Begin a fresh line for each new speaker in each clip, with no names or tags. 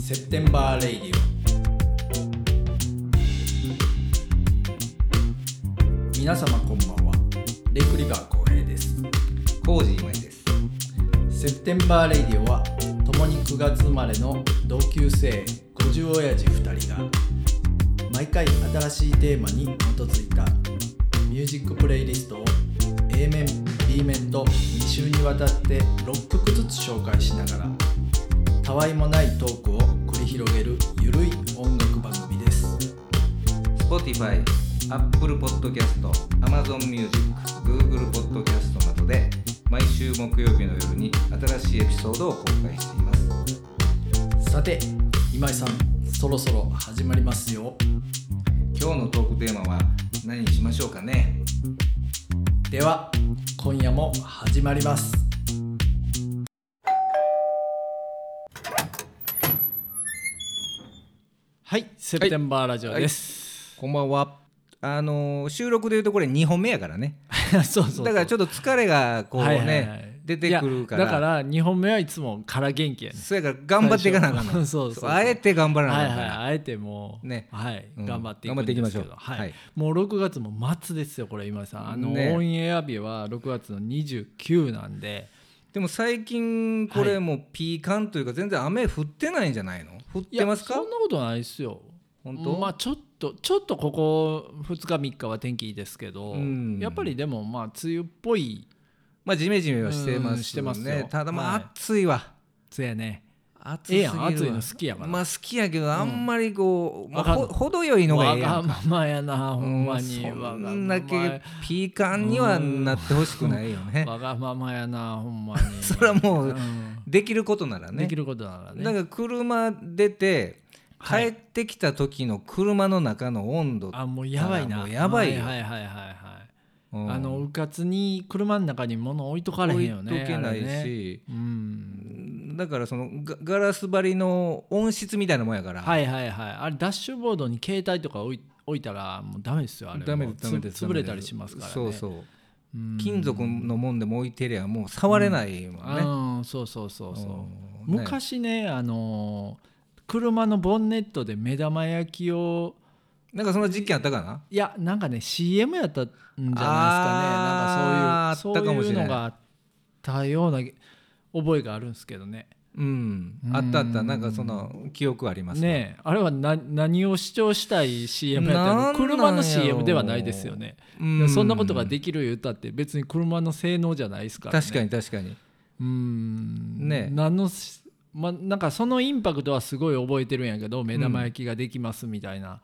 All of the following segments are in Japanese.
セプテンバーレイディオ皆様こんばんはレイクリバー浩平です
コージーまいです。
セプテンバーレイディオは共に9月生まれの同級生50親父2人が毎回新しいテーマに基づいたミュージックプレイリストを A 面 B 面と2週にわたって6曲ずつ紹介しながらたわいもないトークを繰り広げるゆるい音楽番組です
Spotify、Apple Podcast、Amazon Music、Google Podcast などで毎週木曜日の夜に新しいエピソードを公開しています。
さて今井さんそろそろ始まりますよ
今日のトークテーマは何にしましょうかね
では今夜も始まりますはいセプテンバーラジオです、
こんばんは。あのー収録でいうとこれ2本目やからね。
そうそうそう
だからちょっと疲れがこうね、
はいはいはい
出てくるから。
いやだから2本目はいつもから元気やね
そうやから頑張っていかなあかん
最
の。
初そうそうそう
あえて頑張らな
は
あ
い
かん
は
から
いあえてもう
ね
はい
うん
頑張ってい
頑張っていきましょう
くんですけどは
はいい
もう6月も末ですよこれ今井さんあの
ね
オンエア日は6月の29なんで
でも最近こ
は
れもうピーカンというか全然雨降ってないんじゃないの降っ
い
て
や
ますか
そんなことないですよ
本当、
まあちょっとちょっとここ2日3日は天気いいですけど、
うん
やっぱりでもまあ梅雨っぽい
まあジメジメはしてま
う
す,、
ん
ね、
してますよ
ただまあ
はい
暑いわ、
せやね
暑すぎるわ
ええやん暑いの好きやから
まあ好きやけどあんまりこう、ま
わか
あ、
ん
ほ程よいのがええや
わが
んか
ままやなほんまに、
う
わ
そ
がま
ん
ま
だけピーカンにはなってほしくないよね
わがままやなほんまに
それはもう
うん
できることならね
できることならね
なんか車出て帰
はい
ってきた時の車の中の温度、
あもうやばい
も
な
うやばいよ
はいはいはいはいはい
うん
あのうかつに車の中に物置いとかれへんよね
置いとけないし、
あれねうん
だからそのガガラス張りの音質みたいなもんやから、
はいはいはいあれダッシュボードに携帯とか置い置いたらもうダメですよあれ
ダメ
も
で
う
すダメです
つ潰れたりしますからね
そうそううん金属のもんでも置いてりゃもう触れないもんね、
うんそうそうそうそう、
うんね
昔ねあのー車のボンネットで目玉焼きを
なんかそんな実験あったかない
やなんかね CM やったんじゃないですかねなんかそういう
あーあったかもしれない
そういうのがあったような覚えがあるんですけどね
うん
うん
あったあったなんかその記憶あります
ねえあれはな何を主張したい CM やった
なんなん
の
やろ
車の CM ではないですよね
うん
そんなことができる言うたって別に車の性能じゃないですから、ね、
確かに確かに
うん
ね
何のしまあなんかそのインパクトはすごい覚えてるんやけど目玉焼きができますみたいな、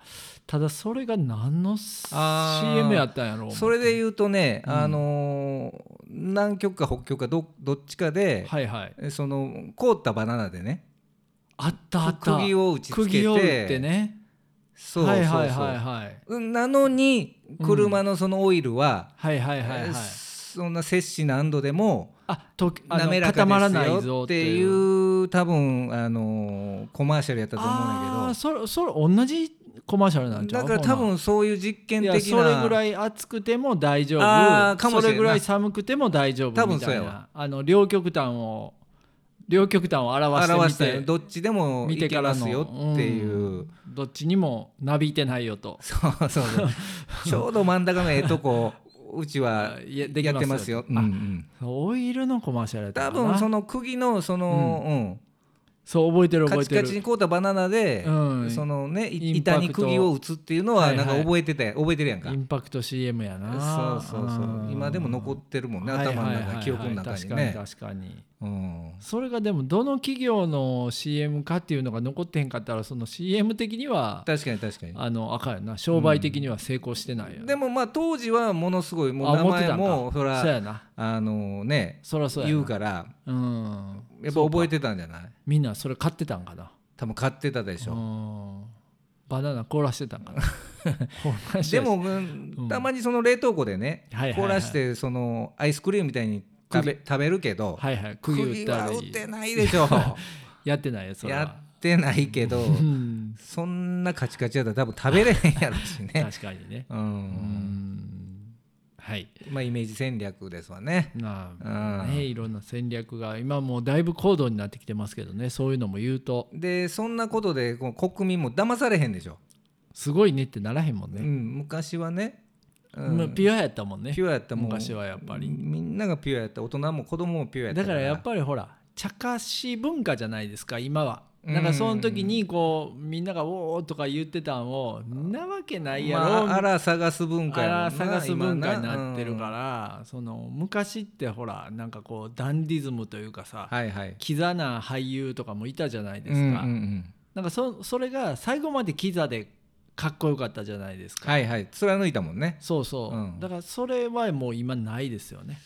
ただそれが何の
あー
CM やったんやろう
それで言うとね、
うん
あのー南極か北極かどどっちかで、
はいはい
その凍ったバナナでね
あったあった
釘を打ちつけて
釘を打ってね
そうそう
は
そう、
いはいはいはい
うんなのに車のそのオイルは、
はいはいはいはい
そんな摂氏何度でも
あとあの
滑ら
固ま
からで
ない
す
ぞ
よ
っ
ってて
い
いうう多分あのーコマーシャルやったと思うん
あー
だ
それそれ同じコマーシャルなん
け
ちゃ
ど
う
だから多分そういう実験
いや
的
それぐ
な
らい暑くても大丈
あ
夫
ーかもしれんな
それぐらい寒くても大丈夫みたいな
多分そうやわ
あの両極端を両極端を表してみて
表したよどっちでも
見
い
て
け
か
ま
ら
す
の
よっていう、
んどっちにもなびいてないよと
そうそうそう ちょうど真ん中のええとこうちは
やでき
や
ます
って
よ
ますよ、うんうん
オイルのコマーシャルやった
多
かな
分その釘のその、うん
そう覚えてる覚
カ
え
チ
てる
カチに凍ったバナナで、
うん
そのねい
インパクト
板に釘を打つっていうのはなんか
はいはい
覚えてて、覚えてるやんか
インパクト CM や
そう
な
そうそう今でも残ってるもんね頭の
はいはいはい
中
はい
記憶の中にね
確かに確かに
うん
それがでもどの企業の CM かっていうのが残ってへんかったらその CM 的には
確かに確かに
あの赤やな商売的には成功してないよ、ね
でもまあ当時はものすごいもう
あ
名
思ってた
前
んか
もそ
そう
ら
やな
あのね
そらそうやな
言うから
うん
やっぱ覚えてたんじゃない
みんなそれ買ってたんかな
多分買ってたでし
う
ょ
んバナナ凍らしてたんかな凍らして
でもうん
うん
たまにその冷凍庫でね
はいはいはい
凍らしてそのアイスクリームみたいに食べ食べるけど
はいはい釘打っ
釘
た
は
らい
売っ
い
てないでしょ
やってないよそれは
やってないけど
うん
そんなカチカチやったら多分食べれへんやろしね
確かにね
う
うんんはい
まあ、イメージ戦略ですわね。
な
う
あ
ん
ね、いろんな戦略が今もうだいぶ高度になってきてますけどねそういうのも言うと
でそんなことでこう国民も騙されへんでしょ、
すごいねってならへんもん
う
ね、
ん、昔はね、う
まあ
ん、
ピュアやったもんね
ピュアやったもん
昔はやっぱり
みんながピュアやった大人も子供もピュアやった
だからやっぱりほら茶化し文化じゃないですか今は。なんかその時にこうみんなが「おお」とか言ってたんを「んなわけないやろ」
まあ、あら探す文化やもんな
あら探す文化になってる
今
か
な
らその昔ってほらなんかこうダンディズムというかさ
うんはいはい
キザな俳優とかもいたじゃないで
うん
す
うんう
か
ん
なんかそそれが最後までキザでかっこよかったじゃないですか
はいはい貫いたもんね
そうそう
うん
だからそれはもう今ないですよね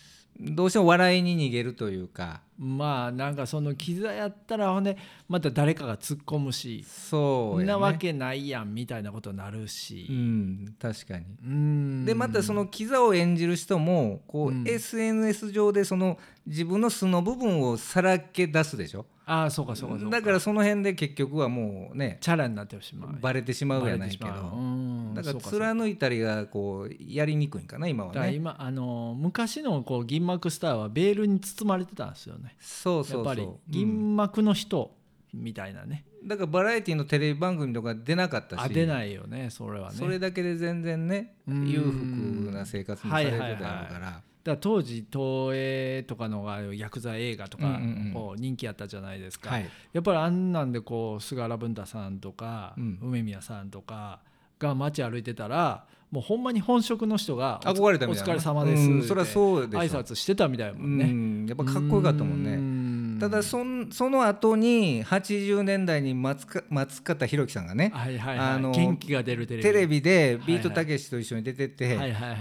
どうしても笑いに逃げるというか
まあなんかそのキザやったらほんでまた誰かが突っ込むし
そ
そ
うや、ね、
んなわけないやんみたいなことになるし
う、ん確かに
うーん
でまたそのキザを演じる人もこう、
うん
SNS 上でその自分の素の部分をさらけ出すでしょ
ああそうかそうかそうか
だからその辺で結局はもうね
チャラになってしまう
バレてしまうやないけど
バレてしまううん
だか
そ
ら
うそうだ
貫いたりがこうやりにくいんかな今は
から
ね
今あのー昔のこう銀幕スターはベールに包まれてたんですよね
そう
や
そ
っ
うそ
ぱ
う
り
うん
銀幕の人みたいなね
だからバラエティのテレビ番組とか出なかったし
あ出ないよねそれはね
それ
だか
だけで全然ね
うん
裕福な生活もされてたやろうから、
はいはいら当時東映とかのがヤクザ映画とか
うんうんうん
こう人気やったじゃないですか、
はい
やっぱりあんなんでこう菅原文太さんとか、
うん
梅宮さんとかが街歩いてたらもうほんまに本職の人がおつ
憧れたみたいな
お疲れ様です」
うんそりゃ
う
そうで
挨
しょ
拶してたみたいも
うん
ね。
んやっぱかっこよかったもんね
ね
ただそんその後に80年代に松か松方弘樹さんがね
はいはいはい、
あの
元気が出るテレビ
テレビで
はい
ビートたけしと一緒に出てて、
はいはいは い、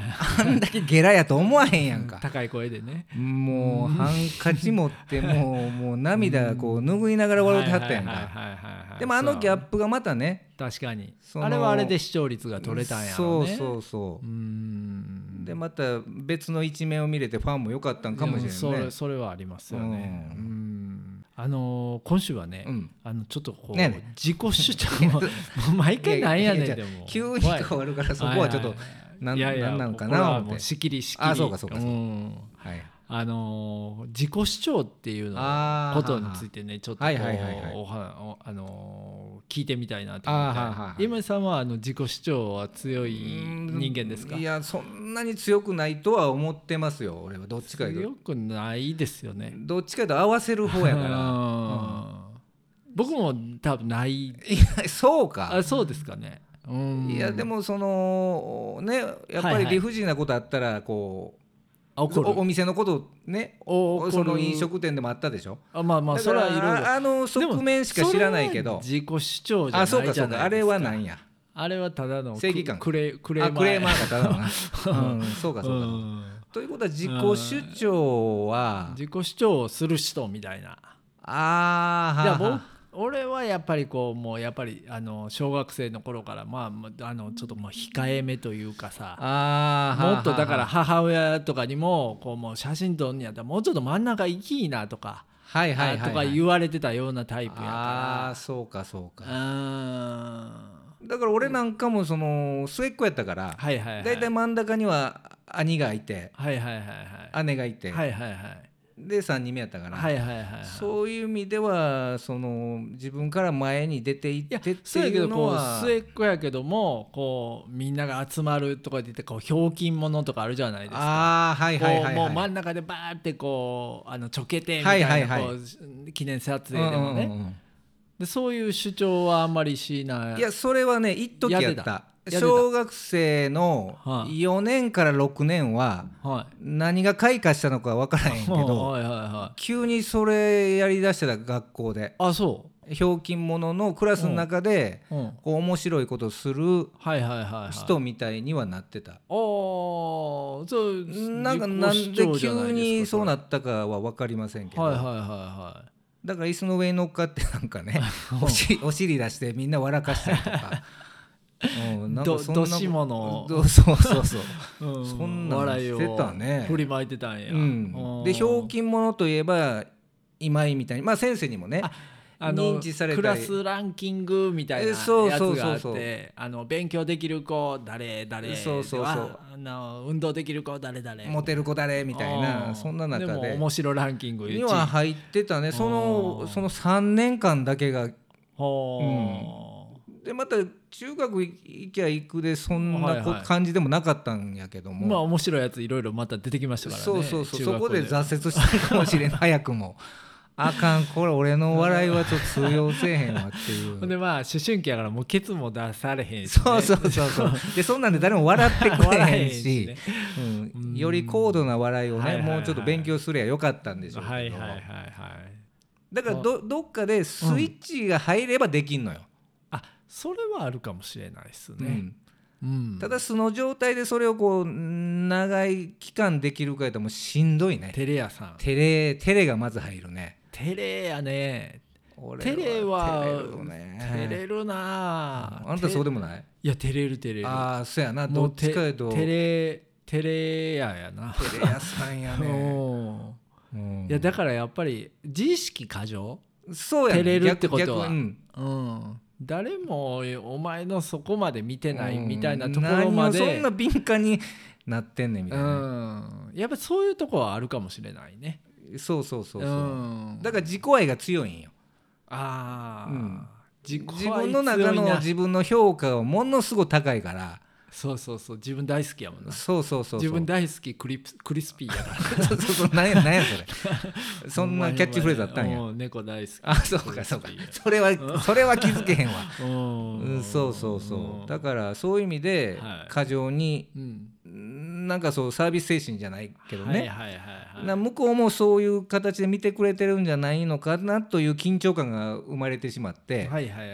あんだけゲラやと思わへんやんか
高い声でね
もうハンカチ持 ってもうもう涙こう拭いながら笑ってはったやん
はい
か
はいはいはいはい
でもあのギャップがまたね
確かに
その
あれはあれで視聴率が取れたんやろ
そう
ね
そうそう
うーん
でまた別の一面を見れてファンも良かったんかもしれ
そ
ない
れ
ね
それはありますよね
う
うんんあのー今週はね、
うん
あのちょっとこう、
ねえね
自己主張 ももう毎回なんやねん
いい
で
じゃ
も
あ急に変わるからそこはちょっとなん
いやいや
なんなんか
これ
な
は
思
も
っ
う
て
仕切り仕切り
あそうかそうかそうか
ん
はい
あのー自己主張っていうの
あー
ことについてねちょっとこう
はいはいはいはい
おはおあのー聞いてみたいなと
あーはい
思っ
はいは
て
い
今井さんはあの自己主張は強い人間ですか
いやそんなに強くないとは思ってますよ俺はどっちかいう
強
と
くないですよね
どっちかいうと合わせる 方やか
うん僕も多分ない
らいやそうか
あそうですかねうん
いやでもそのねやっぱ
はい
り
はい
理不尽なことあったらこ
あ
う
怒
おお
る
店のことね
お怒る
その飲食店でもあったでしょ
あまあまあ
だ
そ
か
れ
ら
はいろいろ
ああの側面しか知らないけど
それは自己主張じゃない
あ
じ
そ
ゃ
う
ないですか
かそうかあれはなんや
あれはただの
正義感
クレクレー
あ
マー
クレーマーがただ なうんそうかそう
う
か
ん
ということは自己主張は
自己主張をする人みたいな。
ああ
いや僕俺はやっぱりこうもうやっぱりあの小学生の頃からまあまああのちょっともう控えめというかさ
あー
もっとだか
は
ら母親とかにもこうもう写真撮んねやったらもうちょっと真ん中行きいなとか、
はいはいはいはい
とか言われてたようなタイプや
ああ
か
ーそうかそう
らう
か
ーん
だから俺なんかもその末っ子やったから
はいはいはい
大体真ん中には兄がいて
はいはいはい
姉がいて
はいはいはいはい
で3人目やったから、
はいはいはいはい
そういう意味ではその自分から前に出ていっ
い
て
や
って
そうやけ
い
ど
うの
こ
は
う末っ子やけどもこうみんなが集まるとか言ってこうひょうきんものとかあるじゃないですか。
ああはい
こ
はいは
う
い
もう
は
真
い
ん中でバーってこうあのちょけてみ
は
た
いはいいは
ないこう記念撮
う
影
ん
で
う
も
んう
ね
ん
でそういう主張はあんまりしない
いやそれはね一時やっ
やって
た
たやってた
小学生の
はい
4年から6年は
は
何が開花したのか分からへん
い
け
はい
ど
はいは
急にそれやりだしてた学校で
いあそ
ひょうきん者のクラスの中で
ううん
こう面白いことする
はいはいはいはい
人みたいにはなってた。
おそう
なんかな
自
ん
己
で
主張じゃな
急
い
に
ですか
そう
れ
なったかは分かりませんけど、
はいはいはいはい
だから椅子の上に乗っかってなんかね おしお尻出してみんな笑かしたりとか。うんなんか
ど
そんな
どしものを
どそうそうそう、
うん
そんなん
笑いを
してたね
振りまいてたんや、
うん、でひょうきん者といえば今井みたいにまあ先生にもね
あの
認知されたり
クラスランキングみたいな
え
やつ
そうそう
があ
そう
っ
そう
てあの勉強できる子誰誰
そうそうそう
ああの運動できる子誰誰
モテる子誰みたい
うん
なそんな中
でも
で
面白ランキング
には
1
入ってたねそ
うん
のその3年間だけが
ほう
でまた中学行きゃ行くでそんなこ
はいはい
感じでもなかったんやけども、
まあ面白いやついろいろまた出てきましたからね
そうそうそう
中
そ
学
こ
校
で挫折してるかもしれない早 くもあかんこれ俺の笑いはちょっと通用せえへんわってい
ほん
う
でまあ思春期やからもうケツも出されへんしね、
そうそうそうそうでそんなんで誰も笑ってくれ
笑
へ
えへ
ん
ん
し
しね
う
うん
ん、より高度な笑いをね、
はいはいはい
もうちょっと勉強すりゃよかったんでしょうけど、
はいはいはいはい
だからどどっかでスイッチが入ればできんのよ、
あそれはあるかもしれないです
う
ね、
ん
うん
ただ素の状態でそれをこう長い期間できるかやったらもうしんどいね
テレ屋さん
テレテレがまず入るね
テレやね
俺
テレは
テレるね
照れるな
あんたそう
で
でもない
いや照れる照れる
ああそうやな
も
ど
う
っちか
て
やと
照れ照れややな
テレ屋さ んやね、
お
うん
ーいやだからやっぱり自意識過剰
そうやね
照れるってことは
逆逆うん
うん誰もお前のそこまで見てない
うん
みたいなところまで
何をそんな敏感になってんねんみたいな、
うんやっぱそういうとこはあるかもしれないね
そうそうそうそう、
うん
だから自己愛が強いんよ
ああ、
うん
自己
自
愛強
分の
い
中の
な
自分の評価はものすごい高いから
そうそうそう自分大好きやもんな
そうそうそうそう
自分大好きクリプクリスピーやから
そうそうそうなんやなんやそれそんなキャッチフレーズあったんや
う猫大好き
あそうかそうか
クリス
それはそれは気づけへんわ
ピーやうん
うん、そうそうそうだ
か
からそういう意味で
はい
過剰に、
らうん
なんかそうサービス精神じゃないけどね、
はいはいはいは
ない向こうもそういう形で見てくれてるんじゃないのかなという緊張感が生まれてしまって、
はいはいはいは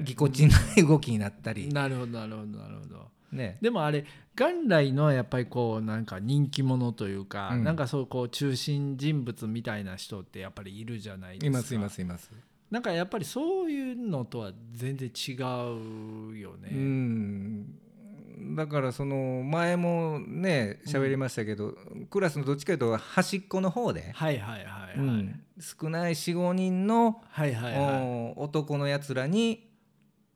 い
ぎこちない動きになったり、
なるほどなるほどなるほど
ね
でもあれ元来のやっぱりこうなんか人気者というか、
うん
なんかそうこう中心人物みたいな人ってやっぱりいるじゃないですか
いますいますいます、
なんかやっぱりそういうのとは全然違うよね、
うんだからその前もね喋りましたけど、クラスのどっちかというと端っこの方で、
はいはいはいはい、
うん少ない45人の
はいはいは
おー男のやつらに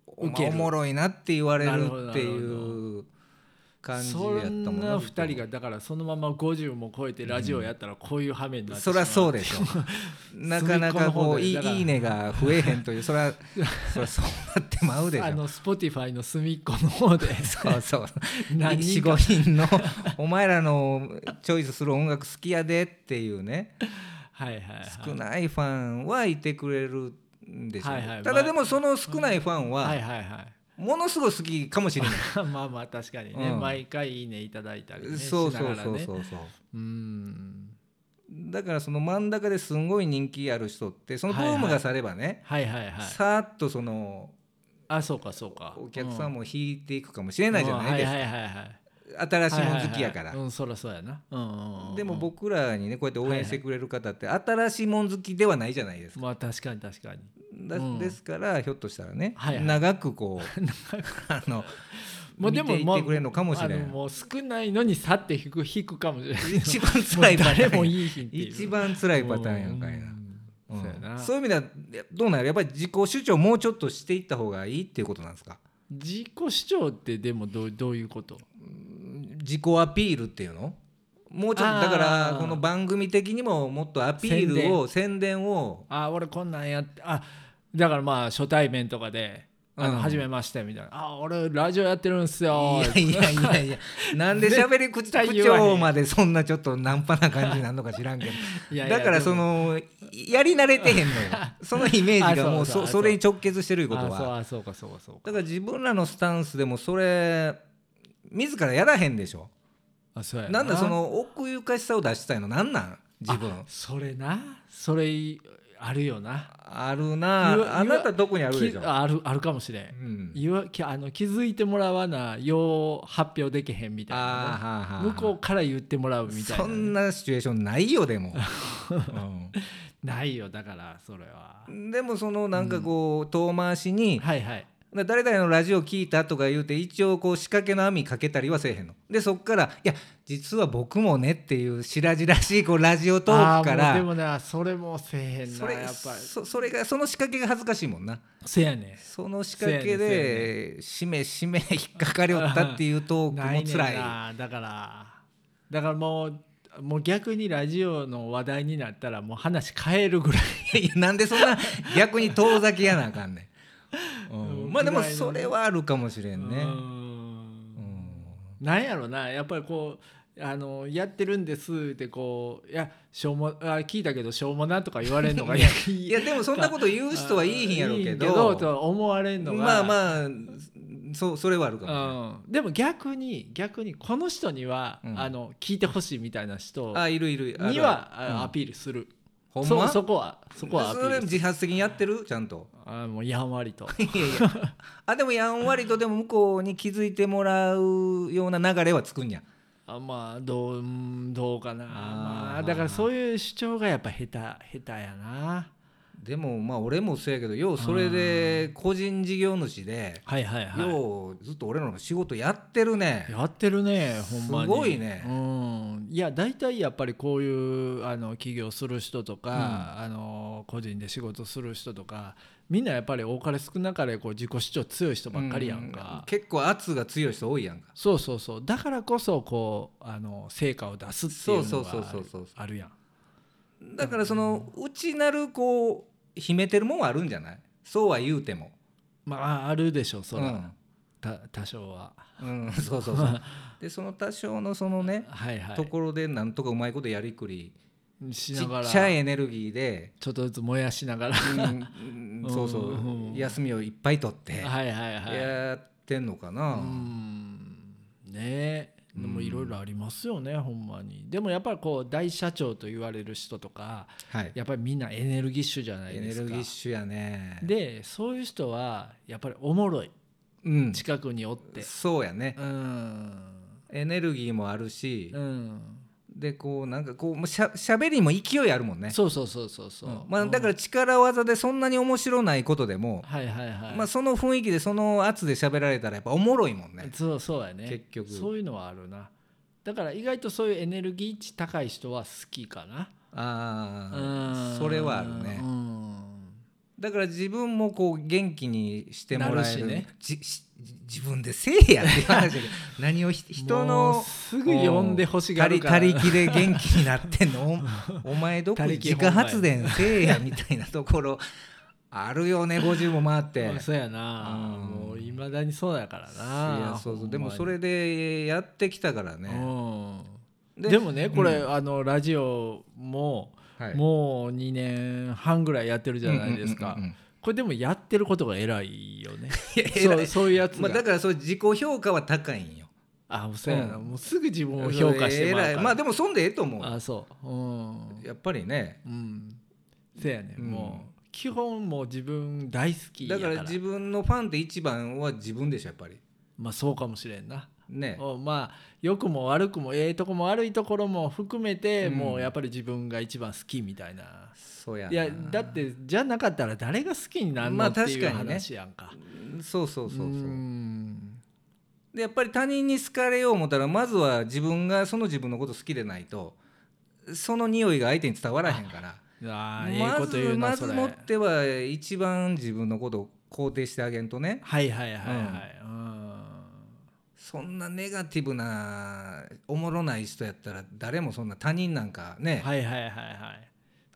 お
ウケ
前
る
おもろいなって言われ
な
る
るほど
って
なる
いう感
い
じやったもん
そんな2人がだからそのまま50も超えてラジオやったらこういう羽目になってし
そ
まう、
りゃそう
で
で しょなかなかこういいいいねが増えへんというそりゃそりゃそうなってまうで し
あ
ょ
の Spotify の隅っこの方で
そうそう
何人か
45人のお前らのチョイスする音楽好きやでっていうね
はいはいはい
少ないファンはいてくれるんでしょ
はいはい
ただでもその少ないファン
はい
は
はいはい
ものすごい好きかもしれない
まあまあ確かにね、
うん
毎回いいねいただいたり、ね、
そう
し
そ
な
う
がら
そう
ね
そうそう
うーん
だからその真ん中ですんごい人気ある人ってそのブームがさればね、
はいはいはい
さーっとその
あそうかそうか
お客さ
うん
も引いていくかもしれないじゃないです
うんはいはいはいはい
か新しいもん好きやから
はいはいはいうんそらそうやなうんうんうん
でも僕らにねこうやって応援してくれる方って新しいもん好きではないじゃないですか
まあ確かに確かに
だ
うん
ですからひょっとしたらね
はいはい
長くこうあの
まあ
見
で
て
も
いってくれるのかもしれ
あの
ん
もう少ないのにさって引く引くかもしれない
一番辛いパタ
誰
ー
も
ン
いい日っていう
一番辛いパターンやんかいな
うんそうや
うん
な
そういう意味ではどうなるやっぱり自己主張もうちょっとしていった方がいいっていうことなんですか
自己主張ってでもどうどういうこと
自己アピールっていうのもうちょっ
あー
とだからこの番組的にももっとアピールを宣伝を
あ俺こんなんやってあだからまあ初対面とかで「あの
うん
初めまして」みたいな「あ俺ラジオやってるんすよ」
いやいやいやいやなんで喋り口
対
口
言わへん
調までそんなちょっとナンパな感じなんのか知らんけど
いやいや
だからそのやり慣れてへんのよそのイメージがも
あ
う
そうそうそ
そ
う
それに直結してるいう
で
こと
もあそう
は
あそうかそうかそうか
だから自分らのスタンスでもそれ自らやらへんでしょ
あそうや
なんだその奥ゆかしさを出したいのなんなん自分
それなそれいあるよな
ある
言わ
なあなたどこにあるでしょ
きあるあるかもしれん
うん
言わきあの気づいてもらわなよう発表できへんみたいなね、
あーはあはあ
向こうから言ってもらうみたいな
そ
ね、
んなシチュエーションない よでも、
ないよだからそれは
うんでもそのなんかこう遠回しに
はいはい
だ誰々のラジオ聞いたとか言うて一応こう仕掛けの網かけたりはせえへんのでそっから「いや実は僕もね」っていう白々しいこうラジオトークか
あーも
ら
うでもなそれもせえへん
そ
な
れ
やっぱり
そそれがその仕掛けが恥ずかしいもんな
せやね
その仕掛け
せやね
でしめしめ引っかかりおったっていうトー ク
ない
も
ね
つ
ん
らい
なだからだからもうもう逆にラジオの話題になったらもう話変えるぐらい
いやなんでそんな逆に遠ざけやなあかんねん、うん
うん
まあでも
ぐらいの
それはあるかもしれんね、
う
うんん
なんやろなやっぱりこうあのやってるんですってこういやしょうもあ聞いたけどしょうもなとか言われるのがいや
いやでもそんなこと言う人はいいんやろうけど
いいんと思われるのが
まあまあそうそれはあるかもしれない、
うん、でも逆に逆にこの人には、
うん
あの聞いてほしいみたいな人
あいるいるある
にはあ
うん
アピールする、
ほん
そ
ま
そこはそこはアピ
それ
ールする
自発的にやってるちゃ んと
あもうやんわり と
いやいやあでもやんわりとでも向こうに気づいてもらうような流れは作んや
あまあどううんどうかな
あー
まあ、だからそういう主張がやっぱ下手下手やな
でもまあ俺もそうやけどようそれで個人事業主で
はいはいはい
ようずっと俺らの仕事やってるね
やってるねほんまに
すごいね
うん、いや大体やっぱりこういうあの起業する人とか、あの個人で仕事する人とかみんなやっぱり多かれ少なかれこう自己主張強い人ばっかりやん
う
か、
結構圧が強い人多いやんか
そうそうそうだからこそこうあの成果を出すっていう
そ
の
う
が
そうそうそうそう
あるやん
だからその内なるこう秘めてるもんはあるんじゃないそうは言うても
まああるでしょそら、
うん
た多少は
うん、そうそ うそうでその多少のそのね、
はいは
ところでなんとかうまいことやりくり
いし
ち
なが
っ
ら
ちゃいエネルギーで、
ちょっとずつ燃やしながら
うん うん
うん
そうそううん休みをいっぱい取って
はいはいはい
やってんのかな、
うんねえでも
うん
いろいろありますよね、ほんまにでもやっぱりこう大社長と言われる人とか
はい、
やっぱりみんなエネルギッシュじゃない
エ
で
ネ
す
ル
か
ギッシュやね
でそういう人はやっぱりおもろい
うん、
近くにおって
そうやね
うん
エネルギーもあるし、
うん
でこうなんかこうもうしゃしゃべりも勢いあるもんね
そうそうそうそうそう、
うんまあ、だから力技でそんなに面白ないことでも、
はいはいはい、
まあ、その雰囲気でその圧で喋られたらやっぱおもろいもんね
そうそうやね
結局
そういうのはあるなだから意外とそういうエネルギー値高い人は好きかなう
ああ
ん
それはあるね
うん
だから自分もこう元気にしてもらえる
なるしね
じし自分でせえやっていう話 だけど何をひ人
もう
の
すぐ呼んでほしがるから
他力他力で元気になってんのおお前どこ
他
に
力本
自家
願
発電せえやみたいなところあるよね50も回って
まあそうやな、
うん
もういまだにそうやからない
やそうそうでもそ
ね、
れでやってきたから
う
ね、
ん、
で
でもねこれ、あのラジオも、
はい
もう2年半ぐらいやってるじゃないですか、
うんうんうんうん
これでもやってることが偉いよね
いや
そうそういうやつ
ま
が、
あ、だからそう自己評価は高いんよ
あそうやな、
うん
もうすぐ自分を評価してもらうか
えらい
ら
まあでもそんでええと思う
あそううん
やっぱりね
うんそうやね、
うん
もう基本もう自分大好きや
だ
か
からら自分のファンって一番は自分でしょやっぱり
まあそうかもしれんな
ね
おまあ良くも悪くもええとこも悪いところも含めて、
うん
もうやっぱり自分が一番好きみたいな。
そうや
い
ない
やだってじゃなかったら誰が好きになる
ま
の
あ
っていう
確かにね
話やんか。
そうそうそうそううんでやっぱり他人に好かれよう思ったらまずは自分がその自分のこと好きでないとその匂いが相手に伝わらへんから
ああええ
ま
こと言
ず
うな
ま
そ
ず
れ。
もっては一番自分のことを肯定してあげんとね
はいはいはいはい。うん
そんなネガティブなおもろない人やったら誰もそんな他人なんかね、
はいはいはいはい。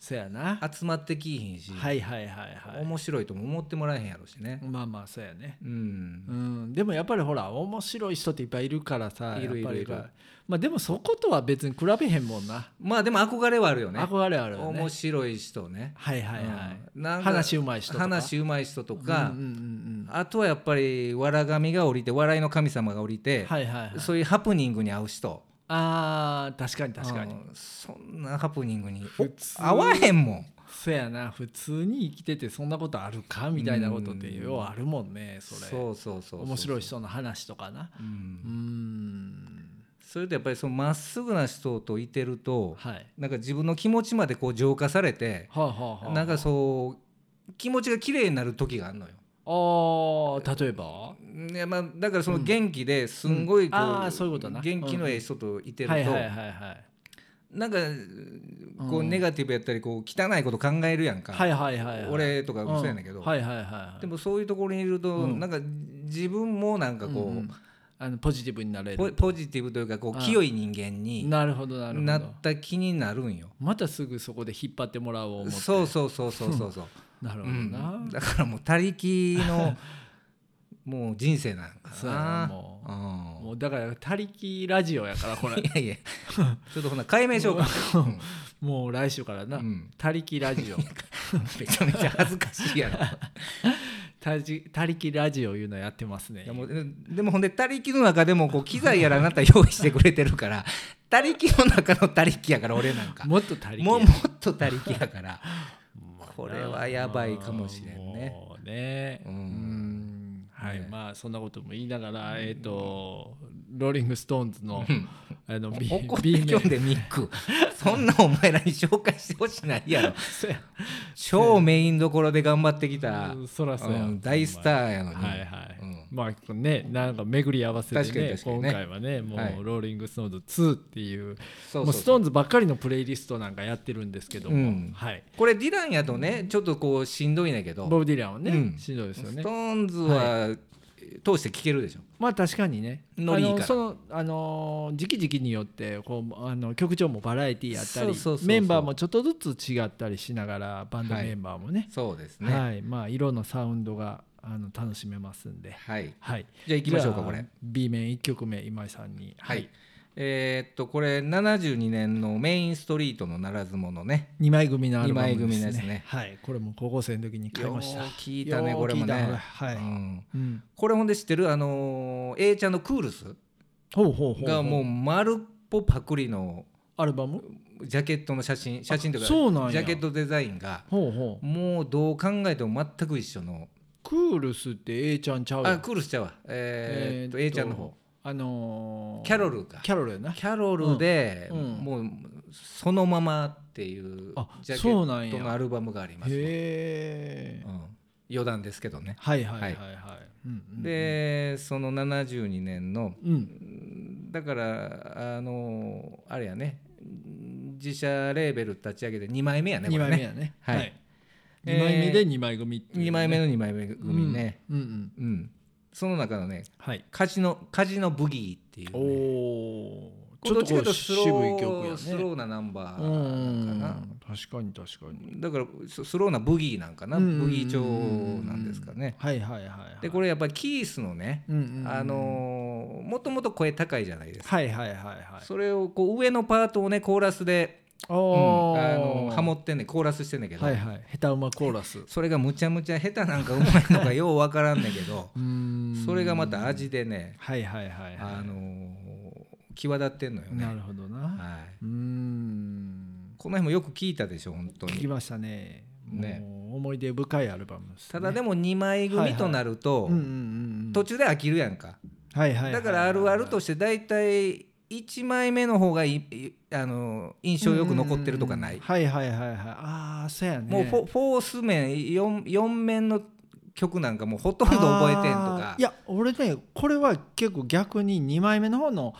そやな。は
集まってきいひんし、
いはいはいは
面白いとも思ってもらえへんやろしね
い。。まあまあそうやね。
うん
うん、でもやっぱりほら面白い人っていっぱいいるからさ
いる
やっ
いるい
ぱり
る
まあでもそことは別に比べへんもんな
まあでも憧れはあるよね。
憧れあるよね
面白い人ね。
はいはいはい、
うんなんか
話うまい人とか
話うまい人とか
うんうんうん
あとはやっぱりわら神が降りて笑いの神様が降り
うん
て、
はいはいはい
そういうハプニングに合う人
あー確かに確かに、
うんそんなハプニングに
普通
お合わへんもん
そやな普通に生きててそんなことあるかみたいなことって
うん
ようあるもんねそれ
そうそうそうそう
面白い、人の話とかなう
う、
んん
それでやっぱりそのまっすぐな人といてると
はい
なんか自分の気持ちまでこう浄化されて
はあ、はあはあ、
なんかそう気持ちが綺麗になる時があるのよ。
ああ例えば
いやまあだからその元気ですんごいこう、
うんあーそういうことな
元気のええ人といてると、
はいはいはいはい
なんかこうネガティブやったりこう汚いこと考えるやんか、
はいはいはいはい
俺とかもそうやねんけど、
うはいはいはいはい
でもそういうところにいると、
うん
なんか自分もなんかこう、
うんうんあのポジティブになれ
ポ
る
ポジティブというかこ
う
うん清い人間に
なるほどなるほ
な
ど
った気になるんよ。
またすぐそこで引っ張ってもらおう思って
そうそうそうそうそうそう。
なるほ
う
どな、
ん、だからもう他力 のもう人生なんか
そうやな
な。
も
う
うんもうだから他力ラジオやからこ れ
いやいやちょっとほな解明しようか。
もう来週から
う
な、
ん
他力ラ ジオ
めちゃめちゃ恥ずかしいやろ。
他じ他力ラジオいうのやってますね
いやもうでもほんで他力の中でもこう機材やらあなた用意してくれてる から他力の中の他力やから俺なんか。
もっと他力
もうもっと他力やから。
まあな
これはやばいかもしれんね
もうね
う
うんんはい、
ね
まあそんなことも言いながら、えっ、とローリング・ストーンズのあの B,
怒って
B
きょ
面
んでミックそんなお前らに紹介してほしないやろ
そうや
超メインどころで頑張ってきた、
うんそらそうや、
うん大スターやのに、
はいはい、
うん
まあねなんか巡り合わせて
確かに
ね
確かに
今
ね
回はねもう
はい
「ローリング・ストーンズ2」っていう
そう
も
そうう
ス
そう
トーンズばっかりのプレイリストなんかやってるんですけども、
うん
はい
これディランやとねちょっとこうしんどいんだけど、
ボブ・ディランはね、
うん
しんどいですよ
ス
ね
トーンズは、通して聴けるでしょ
まあ確かにね
ノリいいから
あのそのあのー時期時期によってこうあの曲調もバラエティやったり
そうそうそうそう
メンバーもちょっとずつ違ったりしながらバンドメンバーもね,、
そうです
はい
ねはい、
まあ色のサウンドがあの楽しめますんではい
じゃあ行きましょうかこ
じ
れ
ゃあ B 面1曲目今井さんに
はい、えーっとこれ72年のメインストリートのならず者ね
2枚組のアルバムですね
二枚組ですね
はいこれも高校生の時に買いました
よう聞いたねこれもね
よう聞いたはい、
うん
うん
これほんで知ってるあのー A ちゃんのクールス
ほうほうほうほう
がもう丸っぽパクリの
アルバム
ジャケットの写真写真というか
そうなんや
ジャケットデザインが
ほうほう
もうどう考えても全く一緒の
クールスって A ちゃんちゃうやん
あクールスちゃうわえーっと A ちゃんの方
あのー
キャロルか
キャロルやな
キャロルで
うんうん
もうそのままっていう
あ
ジャケ
そうなん
ッ
や
トのアルバムがありますね
へえ、
うん余談ですけどね
はいはいはいはい、うんうん、
でその72年の
うん
だからあのあれやね自社レーベル立ち上げて2枚目やねこ
二
れ
枚
ね
目やね
はい
二枚目で二枚組っていうね
2枚目の2枚目組ね、
うんうんうん
うんその中のね
はい
カジノ「カジノブギー」っていう、
お
ね、
おー
これどっちかというとスロ
渋い曲や
ー
ね
スローなナンバー
うんう
な
んん
か
うん確かに確かに
なだからススローなブギーなんかな、
うんうんうんうん
ブギー調なんですかね、
はいはいはいはい
でこれやっぱりキースのね、
うんうんうん
あのーもともと声高いじゃないですか、
はいはいはいはい
それをこう上のパートをねコーラスで、
お
うん
お
あのーハモってんねコーラスしてんねんけど、
はいはい下手馬コーラスう
それがむちゃむちゃ下手なんかうまいのかようわからんねんけど
ーん
それがまた味でね
はいはいはいはい
あのー際立ってんのよね。
なるほどな
はい、
うーん
この辺もよく聞いたでしょ本当
聞き
に。
ましたね
ね
もう思い出深いアルバムですね
ただでも2枚組となると、
うんうんうんうん
途中で飽きるやんか、
はいはいはい
だからあるあるとして大体1枚目の方がいいあの印象よく残ってるとかな
う
い、
んうんうんはいはいはいはいああそうやね
もうフォフォース面 4, 四面の曲なんかもうほとんど覚えてんとか
あーいや俺ねこれは結構逆に2枚目の方の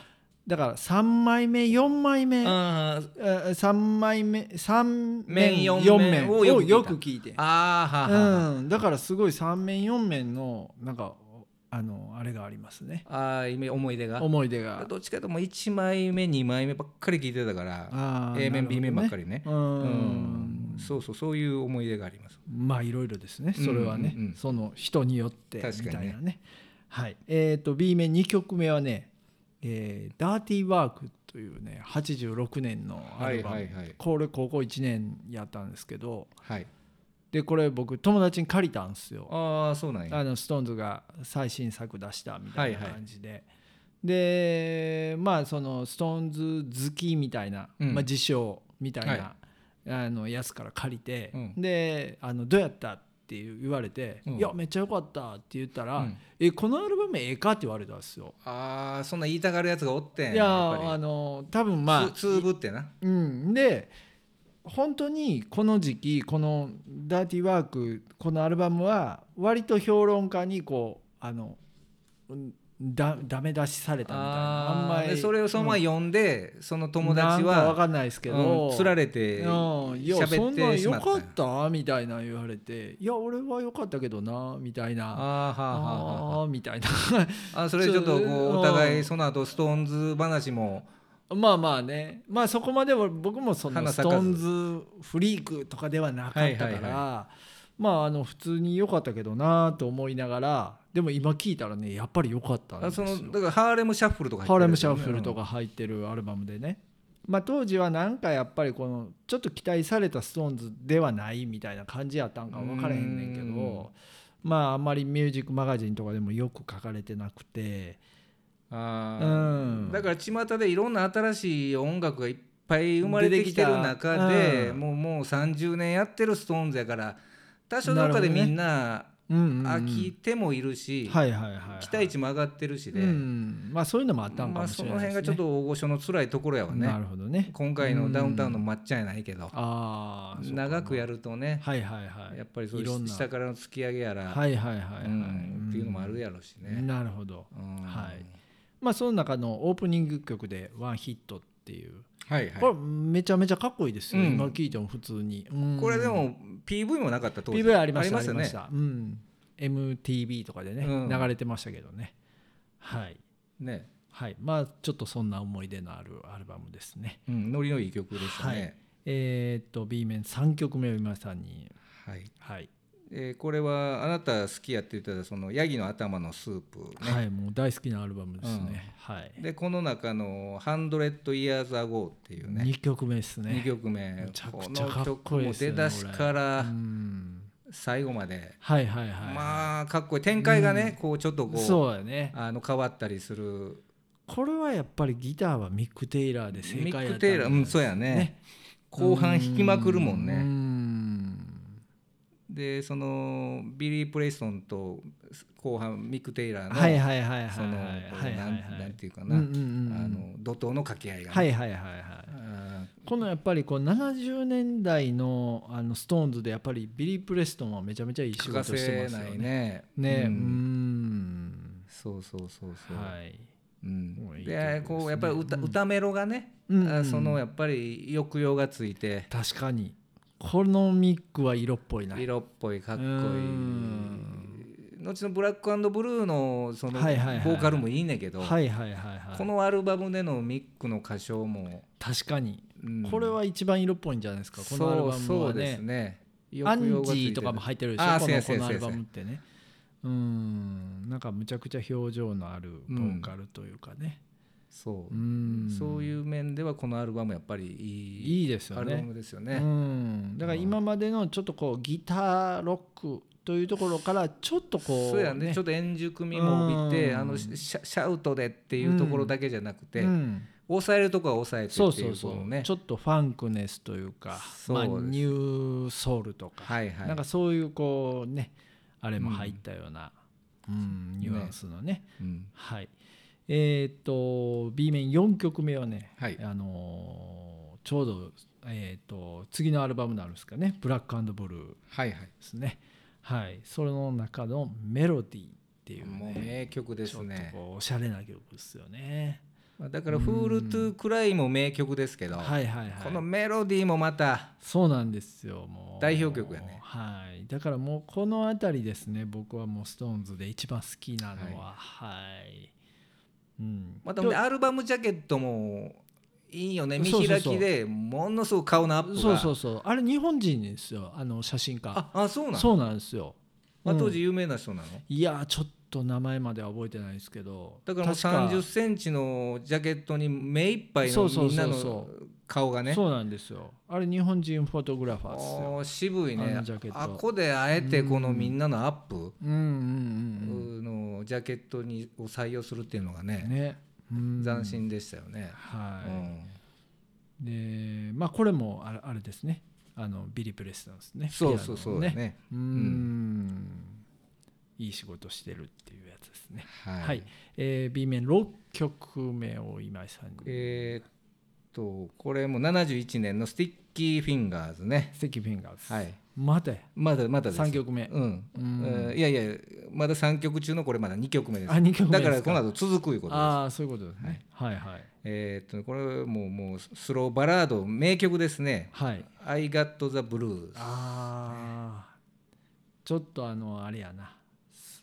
だから3枚目4枚目
あー
3枚目3
面
面
四
4
面
面
をよ
を
く聞いた
よく聞いて
あーはーはー
うんだからすごい3面4面のなんかあのあれがありますね
あー今思い出が
思い出が
どっちかというともう1枚目2枚目ばっかり聞いてたから
あー
A 面
なるほどね
B 面ばっかりね
う
うん
ん
そうそうそういう思い出があります
まあいろいろですねそれはね、
うんうんうん
その人によってみたい
確か
な
にね
ねはいえー、と B 面2曲目はね「えーダーティーワーク」というね86年のアルバム、
はいはいはい
これ高校1年やったんですけど
はい
でこれ僕友達に借りたんですよ
ああそうなんや
あの SixTONES が最新作出したみたいな感じで、でまあその SixTONES 好きみたいな、
うん
まあ、自称みたいな、
は
あのやつから借りて、
うん
であの「どうやった?」って言われて「
うん
いやめっちゃ良かった」って言ったら「
うん
えこのアルバムええか?」って言われたんですよ。
ああそんな言いたがるやつがおってん
いや
っ
あの多分まあ
つつぶってな
うん、で本当にこの時期この「ダーティーワーク」このアルバムは割と評論家にこうあのうんだダメ出しされたみたいな
あんまりそれをそのまま
うん
読んで、その友
なん
達
かわ
は
かんないですけど、
うんつられて
うんいやそ
喋
ん
っ
なん
てし
良
まった
かったみたいな言われて「いや俺は良かったけどな」みたい
あー
な「
はあはあは
あーみたいな
ああそれちょっとこ
そう
うお互いその後ストーンズ話も
まあまあねまあそこまでは僕もその
花
ス
咲
ト
か
ー
ず
ンズフリークとかではなかったから、
はいはい
まああの普通に良かったけどなと思いながらでも今聞いたらねやっぱり良かったんで
あ
す
そ
よ
のだからハーレムシャッフルとか入
ハーレ
って
ム
るやつ
シ
ね
ャッフルとか入ってるアルバムでね、まあ、当時はなんかやっぱりこのちょっと期待されたストーンズではないみたいな感じやったんか分からへんねんけ
うーん
どまああんまりミュージックマガジンとかでもよく書かれてなくてう
あー
ん
だから巷でいろんな新しい音楽がいっぱい生まれてきてる中
出てき
で、
たうん
もうもう30年やってるストーンズやから多少どっかでみんな
うんうんうん
飽きてもいるし、
はいはいはい
期待値も上がってるしで、
うんまあそういうのもあったんか
ま
も
あ、
し
そ
れ
の
ない
辺がちょっと大御所の辛いところやわ
な
ね
るほどね
今回のダウンタウンの抹茶やないけど
ああ
長くや
る
るとね
はいはいはい
やっぱりそうい
いろん
う
な
下からの突き上げやら、
はいはいはいはい
うんっていうのもあるやろうしね。
なるほど
うん
はいまあその中のオープニング曲で「ワンヒットっていう
はいはい
これめちゃめちゃかっこいいですよ、
うん
今聞いても普通に、うん
これでも PV もなかった当時
PV ありましたあり
よ
ま
ね
した、うん、MTV とかでね、
うん
流れてましたけどねはい
ね、
はいまあちょっとそんな思い出のあるアルバムですね
うん、ノリのいい曲でしたね。
えーっと B 面3曲目を今さんに
はい
はい、
えーこれはあなた好きやって言ってたそのヤギの頭のスープ、ね
はいもう大好きなアルバムですね、はい
でこの中の「100 Years Ago」っていうね
2曲目ですね
2曲目
めちゃくちゃかっこいいですね
この曲も出だしか
う
ら
ん
最後まで、
はいはいはい、
まあかっこいい展開がね、こうちょっとこう
そうやね
あの変わったりする
これはやっぱりギターはミック・テイラーで正
ミ
解やったん
ック・テイラー、うん、そうやね後半弾きまくるもん
うー
ね
ん
でそのビリー・プレイストンと後半ミック・テイラーの、
はいはいはいはい
その
はいはい
な
は
ん
い
なんていうか
うんう
な、
んうん
あの怒涛の掛け合いがね、
はいはいはいはい
あ
このやっぱりこう70年代のあのストーンズでやっぱりビリー・プレストンはめちゃめちゃいい
ー
仕
欠
事
か
してま
せ
す
な
よ
い
ね。
ね
ねうー
うん
ん
そうそうそうそう、
はい。
うん
いい曲です
で
ね
こうやっぱり歌,、
うん
歌メロがね、
うん
あそのやっぱり抑揚がついて
確かにこのミックは色っぽいな。
色っぽいかっこいい
うん
後の「ブラックブルーの」そのボ
はいはいはいはい
ーカルもいいねんけど、
はいはいはいはい。
このアルバムでのミックの歌唱も、
確かに
うん
これは一番色っぽいんじゃないですか。このアルバム
そうそ
は
うです
ね。
ね
アン
抑
ジ
揚がついて
ー
る
とかも入ってるでしょ。
あー
こ
せ
の
や
こ
せや
のア
せ
ル
や
バムってね。うーんなんかむちゃくちゃ表情のあるボーカルというかね。
そうう、
ん
そういう面ではこのアルバムやっぱりいい
いいですよ
アルバ
ね。
ムですよ
う
ね。
ん、だから今までのちょっとこうギターロックというところからちょっとこう、
そうやねちょっと円熟味も帯びて
うん
あのシャシャウトでっていうところだけじゃなくて、
うん
抑えるとこは抑えてってい
そううそうそ
この
う、
ね
ちょっとファンクネスというか
そう
まあ、
です
ニューソウルとか、
はいはい
なんかそういうこうねあれも入ったような、うんニュアンスのね
うん
はいえっ、と B 面4曲目はね、
はい
あのーちょうど、えー、と次のアルバムになるんですかね「ブラックブルー」
はいはい
ですね。はい、それの中のメロディーっていう、ね、
もう名曲で
ち
す
ょっと
ね
こうおしゃれな曲ですよね。
まあだから「フール・トゥ・クライ」も名曲ですけど、
はいはいはい。
このメロディーもまた
そうなんですよもう
代表曲やね
はいだからもうこの辺りですね僕はもう SixTONES で一番好きなのははい、うん
またねアルバムジャケットもいいよね見
そうそう
開
そう
きでものすごく顔のアップが
そうそうそうあれ日本人ですよあの写真家
ああそうなの
そうなんですよ、
まあ、
うん
当時有名な人なの、
いやーちょっと名前までは覚えてないですけど
だからもう
確
30センチのジャケットに目いっぱい
そ
の
うそうそう
みんなの顔がね
そうなんですよあれ日本人フォトグラファーですよ
おー渋い
あ
ね
のジャケット
あこであえてこのみんなのアップ
うんうん
のジャケットにを採用するっていうのが
うんうん
ね
ねうん
斬新でしたよね、
はい、
うん
でまあこれもあれあれですねあのビリー・プレスなんですね
そうそうそうだね
ピアノのうーんいい仕事してるっていうやつですね
は
はい、えー B 面6曲目を今井さんに
えーっとこれも71年のスティッキーフィンガーズね
スティッキーフィンガーズ、
はい
またや
まだまだです
3曲目、
うん、
うん
えーいやいやまだ3曲中のこれまだ2曲目です
あ2曲目
だ
で
から
す
この後続くいうことです
ああそういうことですね、はい、はいはい
えーっとこれもうもうスローバラード名曲ですね
はい
「I Got the Blues」
ああちょっとあのあれやな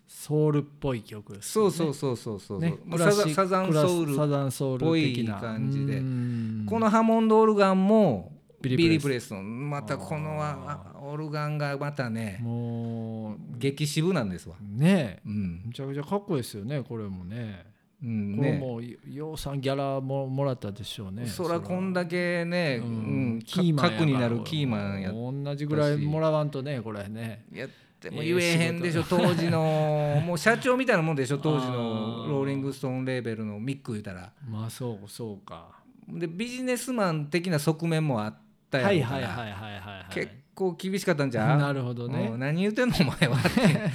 ソウルっぽい曲ですね
そうそうそうそうそう、
ね
まあサザンサザンソ
ク
ウル
ラシサザンソウル的な
っぽい感じで
うん
このハモンドオルガンも
ビ
ビ
リー
リ
プレス
ー・プレストンまたこのああオルガンがまたね
もう
激渋なんですわ
ねえ
うん、
むちゃくちゃかっこいいですよねこれもね
うん、
これもようさんギャラももらったでしょうね
そらこんだけね、
う
うんん
キーマンやから
核になるキーマンや
同じぐらいもらわんとねこれね
やっても言えへんでしょ、当時のもう社長みたいなもんでしょ当時
あ
の
ー
ローリング・ストーンレーベルのミック言うたら
まあそうそうか
でビジネスマン的な側面もあった
は
や
い
ろ
はいう
から
はいはいはいはい
結構厳しかったんじゃ う
なるほど
う
ね
ん何言うてんのお前はって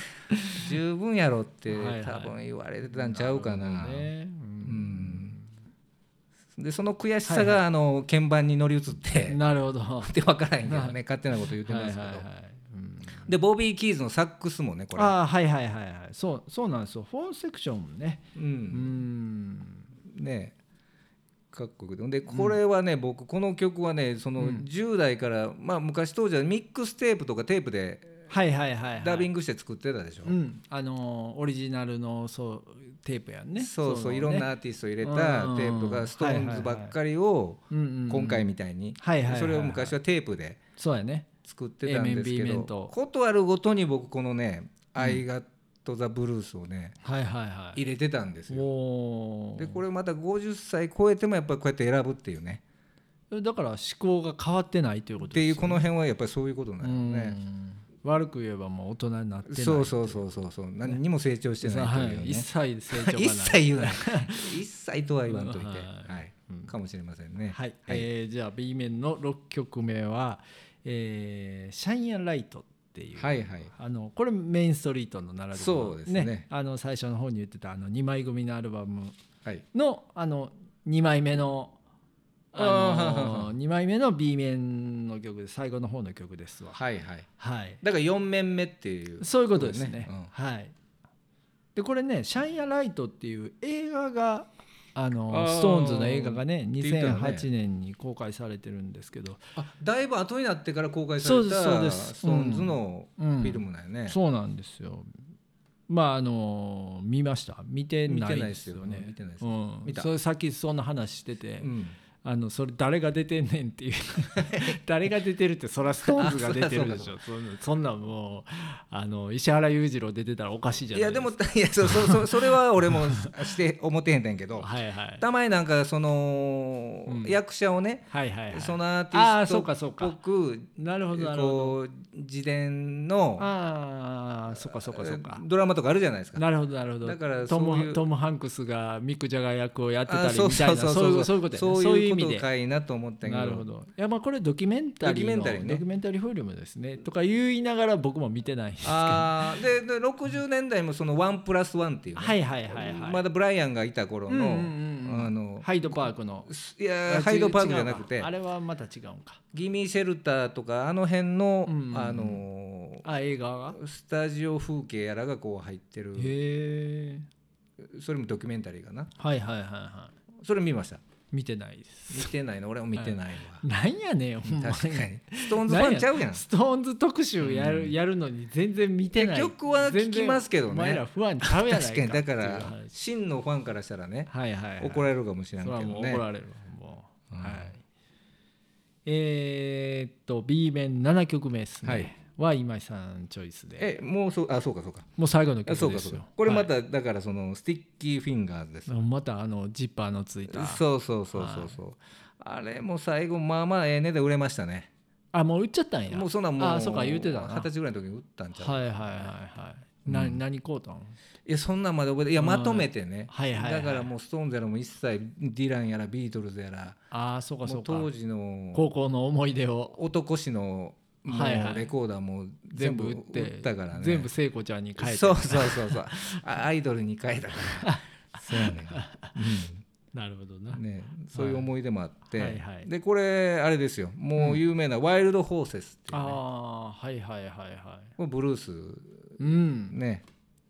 十分やろって
はいはい
多分言われてたんちゃうかな
るほどねう
うんん、でその悔しさ
は
があの鍵盤に乗り移って
なるほどは
って分からへんけどね勝手なこと言っ
い
て
はい
ま
はい
すけど
うん
でボビー・キーズのサックスもねこれ、
ああはいはいはいはいそうそうなんですよフォンセクションもね
う
うんん
ねかっこよくてでこれはね、僕この曲はねその
うん
10代から、まあ昔当時はミックステープとかテープで
はいはいはいはい
ダビングして作ってたでしょ、
うんあのーオリジナルのそうテープやんね
そうそういろんなアーティスト入れたテー
う
プと
ん
かストーンズばっかりを今
今
回みたいに
はいはいはいはい
それを昔はテープで
そうやね
作ってたんです
A
け
面 B 面
ど
と
ことあるごとに僕このね「I Got the Blues」をね
はいはいはい
入れてたんですよ。
おー
でこれまた50歳超えてもやっぱりこうやって選ぶっていうね
だから思考が変わってないというこ
っ
と
てい
で
う
す
この辺はやっぱりそういうことな
う
のね。
ん悪く言えばもう大人になってない
そうそうそうそうそう何にも成長してないという
は
ね
い一切成長がない
一切言うな 一切とは言わんといて、
はい
はい
うん
かもしれませんね。
はい、えーじゃあ B 面の6曲目は「えーシャイン・ア・ライト」っていう、
はいはい
あのこれメインストリートの並び
そうですね
あの最初の方に言ってたあの2枚組のアルバム
はい
のあの2枚目の。あ
あ
の2枚目の B 面の曲で最後の方の曲ですわ
はいはい
はい
だから4面目っていう
そういうことですね
そうですね
はいでこれね「シャイン・ア・ライト」っていう映画があの
あー
ストーンズの映画がね
言ってたね
2008年に公開されてるんですけど、
あだいぶ後になってから公開され
そうで
た
すそうです
ストーンズの
う
フ
ん
ィルムだよね、
そうなんですよまああの見ました見てない
見てない
で
ですす
よ
よ
ね
見てないです
うん
見た
それさっきそんな話してて、
うん
あのそれ誰が出てんねん っていう誰が出てるってそらストーンズが出てるでしょそんなそんなんもうあの石原裕次郎出てたらおかしいじゃ
い
な
や
いで
です
か
もいやそうそうそうそれは俺もして思ってへんねんけど
はいはい
たまになんかその、
うん
役者をね
はいはいはい
そのアーテ
ああ
ィス
そ
ト
うかそうか
っぽく
なるほどなるほど
こう自伝の
ああそっかそっかそっか
ドラマとかあるじゃないですか
なるほどなるほど
だから
ト
そうい
ム
う
トム・ハンクスがミック・ジャガー役をやってた
あ
りみたいなそういうそういうことやね
そういう
意
こ
味
と
で
かいなと思ったけど
なるほどいやまあこれドキュメンタリーの
ドキュメンタリーね
ドキュメンタリーフィルムですねとか言いながら僕も見てないんですけどは
あーでで60年代もそのワンプラスワンっていうね、
いはいはいはい
まだブライアンがいた頃の、
うんうんうんうん
あの
ハイドパークの
い
あ
やハイドパークじゃなく
違う
て
かあれはまた違うんか
ギミーシェルターとかあの辺の、
うんうんうん
あの
あ映画が
ースタジオ風景やらがこう入ってる
へえ
それもドキュメンタリーかな
はいはいはいは
それ見ました
い見てないです
見てないの俺も見てないわ
なんやねんほんまに
確かにストーンズファンちゃうやん
ストーンズ特集やる,、やるのに全然見てない
曲は聞きますけど
全然
ね
お前ら不安ちゃうやないか
確かにだか
っていう
ら
話
真のファンからしたらね
はいはい、はい、
怒られるかもしれん
そ
け
れ
ど
はもう
ね
怒られるわもう、
うん
はいえーっと B 面7曲目ですね
はい
は今井さんチョイスで
えもうそうあそうかそうか
もう最後の
あ
曲
そう
で
か
す
そう
よ
かこれま
は
ただからそのスティッキーフィンガーズです
いまたあのジッパーのついた
そうそうそうそうそうあれも最後まあまあええねで売れましたね
あもう売っちゃったんや
もうそんなんも
あそうか言うてたな
二十歳ぐらいの時に売ったんちゃう、
はいはいはいはい、な何買うたん
い、やそんなんまで覚えていやまとめてね、
はいはいはい
だからもうストーンズやらもう一切ディランやらビートルズやら
ああそうかそ
も
う
う
か
当時の
高校の思い出を
男誌のも
はいはいう
レコーダーも
全
全
部
部
売
売
っ
ってたからね、
全部聖子ちゃんに変えて
そうそうそうそうあアイドルに変えたからそうやねん、うん
ななるほどな、
ね、そういう思い出もあって、
はいはい
でこれあれですよもう有名な「ワイルド・ホーセス」っていう、
あ
ね
あはいはいはいは
これブルース
いうん
ね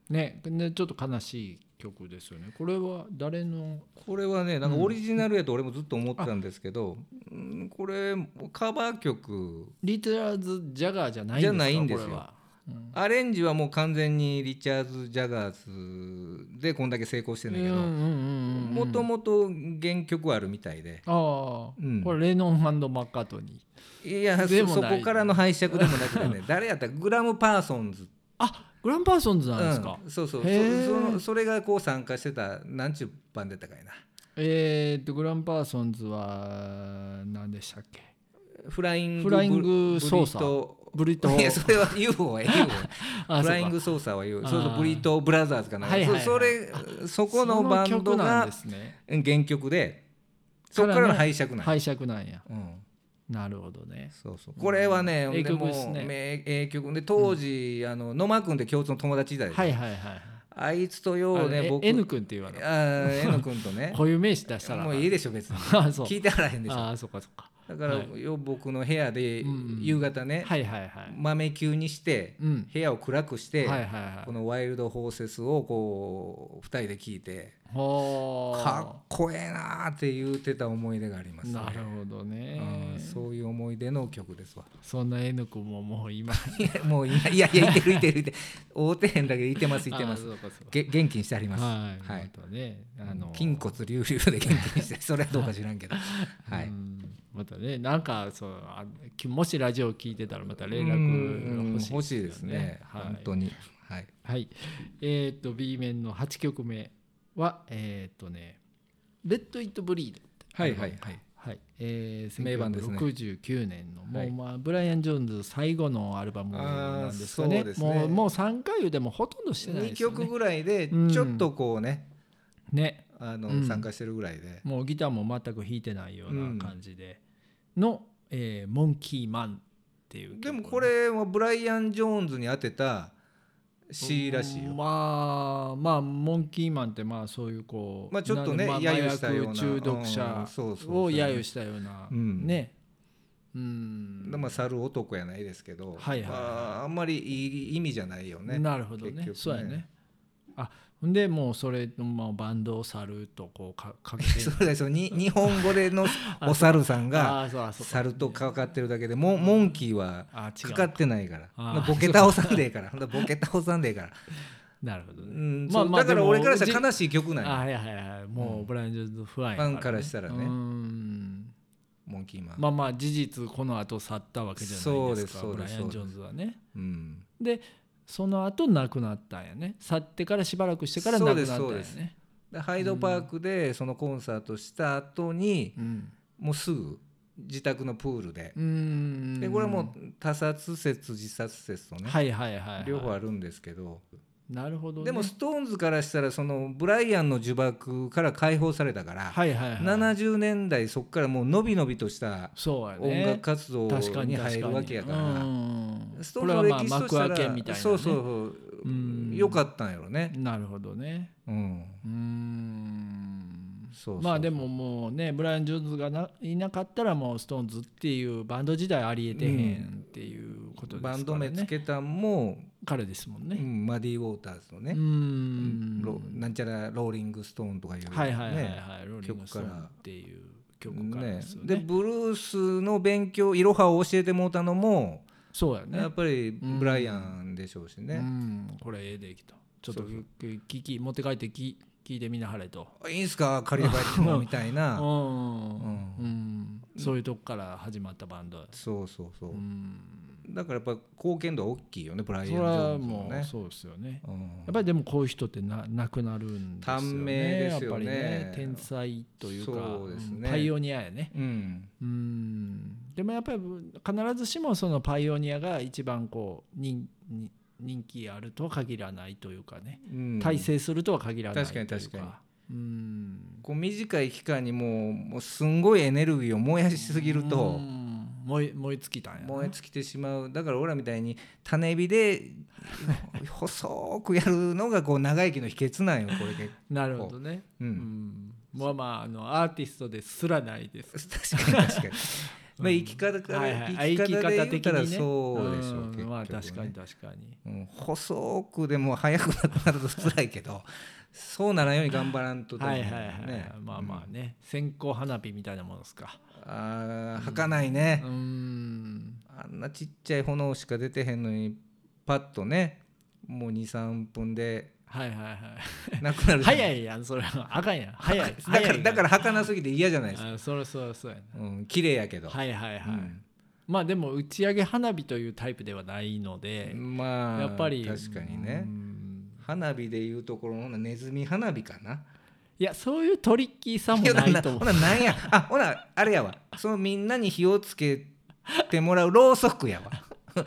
ねねちょっと悲しい曲ですよねこれは誰の
これはねなんかオリジナルやと俺もずっと思ってたんですけど、うんこれカバー曲
リチャーズ・ジャガーじゃないんですか
じゃないんですよ
これはうん
アレンジはもう完全にリチャーズ・ジャガーズでこんだけ成功してんだけど
うんうんうんうん
もともと原曲はあるみたいで
ああ、
うん
これレノンマッカートニー
いや
で
そ
も
そ
ない
こからの拝借でもなく てね誰やったらグラム・パーソンズ
あグランパーソンズなんですか、
うん、そうそう
へー
そそのそれがこう参加してたなんちゅうバンドやったかいな
えー、っとグランパーソンズは何でしたっけ
フライング
フライングソーサー
ー
ブリトー
いやそれは UFO や UFO
あ
フライン
そう
グソーサーは UFO
あー
そうそうブリトーブラザーズかな、
はいはいはい
そそれそ
か
このバンド
その曲なん
が
ですね
原曲でそこからの拝借なんや
拝借なんや
うん
なるほどね
そうそうこれはね、
うん
で
英曲ですね
もう名英曲で当時、あの野間君って共通の友達いたでしょ、
はいはいはい
あいつとよ
あ
う
の
ね
え
僕
N 君って言わ
あ
な
ー N 君と ね
固有名詞出したら
もういいでしょ別に
あそう
聞いてはらへんでしょ
ああそうかそうか
だから、
は
よ僕の部屋で
うん
夕方ね、
はいはいはい
豆球にして
うん
部屋を暗くして、
はいはいは
こ
い
の「ワイルド・ホーセス」をこう2人で聞いて
ほー
かっこええなーって言ってた思い出があります、ね
なるほどね
うんそういう思い出の曲ですわ
そんな N 君ももう今
いやもういやいやいやいてるいてるいてる大手編だけどいてますいてま
あ
す
そうかそうか
げ元気にしてあります
はい、
は
はいい、またね、あの
筋骨隆々で元気にしてそれはどうか知らんけどはい
うんまたね、なんかそうあきもしラジオを聞いてたらまた連
う
絡
ん欲
欲
し
し
い
い
で
ですす
ね
よね。は
本
い、
当にはい
はい、えっ、と B 面の8曲目はえっ、とね、レッドイットブリード。
はいはいはい
はい、えー、
名盤ですね
1969年の、
はい
もうまあブライアン・ジョーンズ最後のアルバムなんですか
あーそ
ね
うですね
もうもう3回でもほとんどしてない
2
ですよ
曲
ね
ぐらいで
うん
ちょっとこうね、
ね
あの
うん
参加してるぐらいで、
もうギターも全く弾いてないような感じで、の、えーモンキーマン」っていう曲
でもこれはブライアン・ジョーンズに当てた詩らしいよ、
まあまあモンキーマンってまあそういうこう
まあちょっとね
なんで
揶揄したような
麻薬中毒
うん
者
そうそうそう
を揶揄したような
うん
ねうん
でまあ猿男やないですけど、
はいはい
まあ、あんまりいい意味じゃないよね
なるほどね
結局ね
そうやねあほんでもうそれの、まあ、バンドを去るとこうかか けて
そうですよに日本語 でのお猿さんが
あーそうあそうか
猿とかかってるだけでモンモンキーは
あ違う
かかってないから
あー
ボケ倒さんでええからほんでボケ倒さんでええ から、
なるほど
う
ね
ん
まあ
そう
まあ
だから
でも
俺からしたら悲しい曲なん
あ
や
はいはいはいもうブライアン・ジョーンズ不安や
ファンからしたらね
うん
モンキーマン、
まあまあ事実この後去ったわけじゃないですか
そう
ブ
で
ラ
す
イ
そうです
アン・ジョーンズはね
うん、
でその後亡くなったんやね去ってからしばらくしてから亡くなったん
そう
や
ですそう
ね
でハイドパークでそのコンサートした後に、
うん
もうすぐ自宅のプールで,、
うん
でこれはもう他殺説自殺説とね、
はいはいはいはい
両方あるんですけど、
なるほどね
でもストーンズからしたらそのブライアンの呪縛から解放されたから、
はいはいはい
70年代そこからもうのびのびとした
そうや
音
ね
楽活動
確か
に
に
入るわけやから。
うん
スト
こ
ーン
れ
ズ
は
の
まあ
歴史とし
幕開
たら、
けみたいなね
そうそうそう、
うん
よかったんやろね、
なるほどね
うん、
うん
そうそう
まあでももうねブライアン・ジョーンズがないなかったらもうストーンズっていうバンド時代ありえてへんっていうことですから
バ
ね、
ンド名つけたんも、
彼ですもん
う
ね。
んマディ・ウォーターズの
う
ね、
ん
ロなんちゃらローリング・ストーンとかいう、ね
はいはいはいはい、ローリン
曲
グス
か
ト
ら
ーンっていう曲からですよ
で
ね。
ブルースの勉強いろはを教えてもうたのも、
そうやね。
やっぱりブライアンでしょうし
う
ね、
ん、これええできた。ちょっと
そうそう
聞き持って帰ってき聞いてみなはれと。
いいんすか借りればいいのみたいう な、
ん、
う
うんんそういうとこから始まったバンド。
そうそうそう、
うん、
だからやっぱ貢献度は大きいよねブライアン・
そ
ジ
れ
ョ
は
ーンズ
も
の
う
ね。
そうですよね。
うん
やっぱりでもこういう人ってななくなるんですよね。
短命ですよね
やっぱりね天才というか
そうですね
んパイオニアやね。
うん
うんでもやっぱり必ずしもそのパイオニアが一番こう人人人気あるとは限らないというかね
うん
大成するとは限らないという
確かに確か
うん
こう短い期間にもうもうすんごいエネルギーを燃やしすぎる
う
と
ん燃え燃え尽きたんやな
燃え尽きてしまうだから俺らみたいに種 火で細くやるのがこう長生きの秘訣なんよこれ結構
なるほどね、
う
うんんまあまああのアーティストですらないです
確かに確かに。まあ生き方から、
はいはいあ
生き方で言ったら
生き
そうでしょ
ん
う、結局ね
まあ確かに確かに
うん、細くでも早くなったら辛いけどそうならんように頑張らんとと思
は
う
い
よね
はいはい、まあまあね線香花火みたいなものですか
あー儚いうね
ー、ん
あんなちっちゃい炎しか出てへんのにパッとねもう23分で
はいはいはい
なくなるじゃん
早いやんそれはあかんやん早い
だからだからら儚すぎて嫌じゃないですか、
あそろそろそうや
うん、綺麗やけど、
なはいはいはい、
うん
まあでも打ち上げ花火というタイプではないので、
まあ
やっぱり
確かに
う
ね
ん
花火でいうところのネズミ花火かない
やそういうトリッキーさもないと思
ほ
う
ななんやあほなあれやわそのみんなに火をつけてもらうろうそくやわ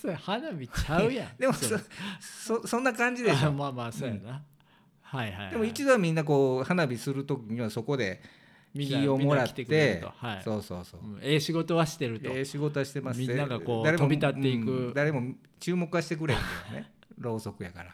それ花火ちゃうやん
でも
そ
そ
れ
そそんな感じでし
あ
ょ
まあまあそうやな、はいはいはい、
でも一度はみんなこう花火する時にはそこで
みんな
火をもら
みんな
っ
来
て
くれるとはい
そうそうそう、
うんええ仕事はしてると、
ええ仕事はしてますね
みんながこう
誰も
飛び立っていく
うん誰も注目はしてくれへんけどねろうそくやから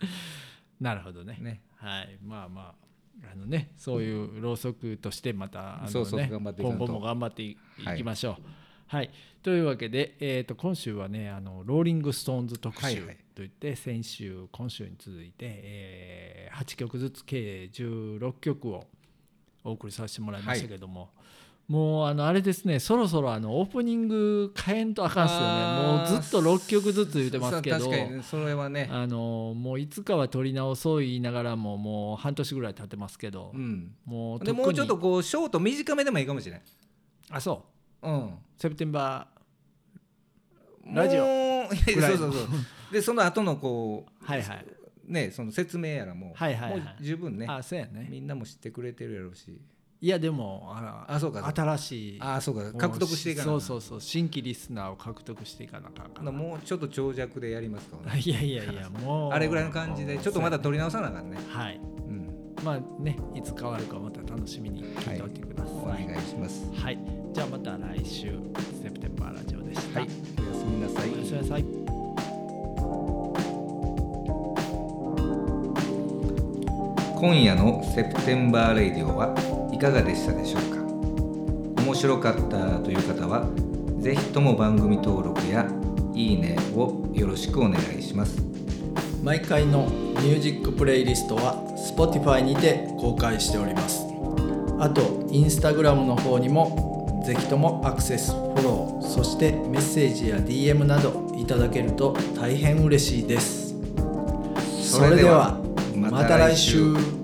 なるほどね
ね
はいまあまああのねそういうろうそくとしてまたあの、ね、
そうそう頑張っていか
今
んと
後も頑張っていい
はい
きましょう。はい、というわけで、えー、と今週はねあの「ローリング・ストーンズ特
は
集
いはい」
といって、先週今週に続いて、え8曲ずつ計16曲をお送りさせてもらいましたけども、もうあのあれですねそろそろあのオープニング変えんとあかんっすよねもうずっと6曲ずつ言ってますけど
そう確かにそれはね
あのもういつかは撮り直そう言いながらももう半年ぐらい経ってますけど、
うん
もう
で
特に
もうちょっとこうショート短めでもいいかもしれない
あそ
うん
うセプテンバラジオ
もうい
ぐ
や
らい
そう
の
そうそうでその後のこ
ーはいはい、
うねその説明やらもう,、
はいはいはい
もう十分ね
あそうやね
みんなも知ってくれてるやろうし
いやでもあら
あそうかそうか
新しい
ああそうか獲得していかな
そうそうそう新規リスナーを獲得していかなあかんか
ほなもうちょっと長尺でやりますか、
ら いやいやいやもう
あれぐらいの感じでちょっとまだ取り直さなあかんね、
はい
うん、
まあねいつ変わるかまた楽しみに聞いておいてください、
お
は
願
い
いします
じゃあまた来週セプテンバーラジオでした、
はいおやすみなさい
おやすみなさい
今夜のセプテンバーレイディオはいかがでしたでしょうか面白かったという方はぜひとも番組登録やいいねをよろしくお願いします
毎回のミュージックプレイリストは Spotify にて公開しておりますあと Instagram の方にもぜひともアクセスフォローそしてメッセージや DM などいただけると大変嬉しいですそれではまた来週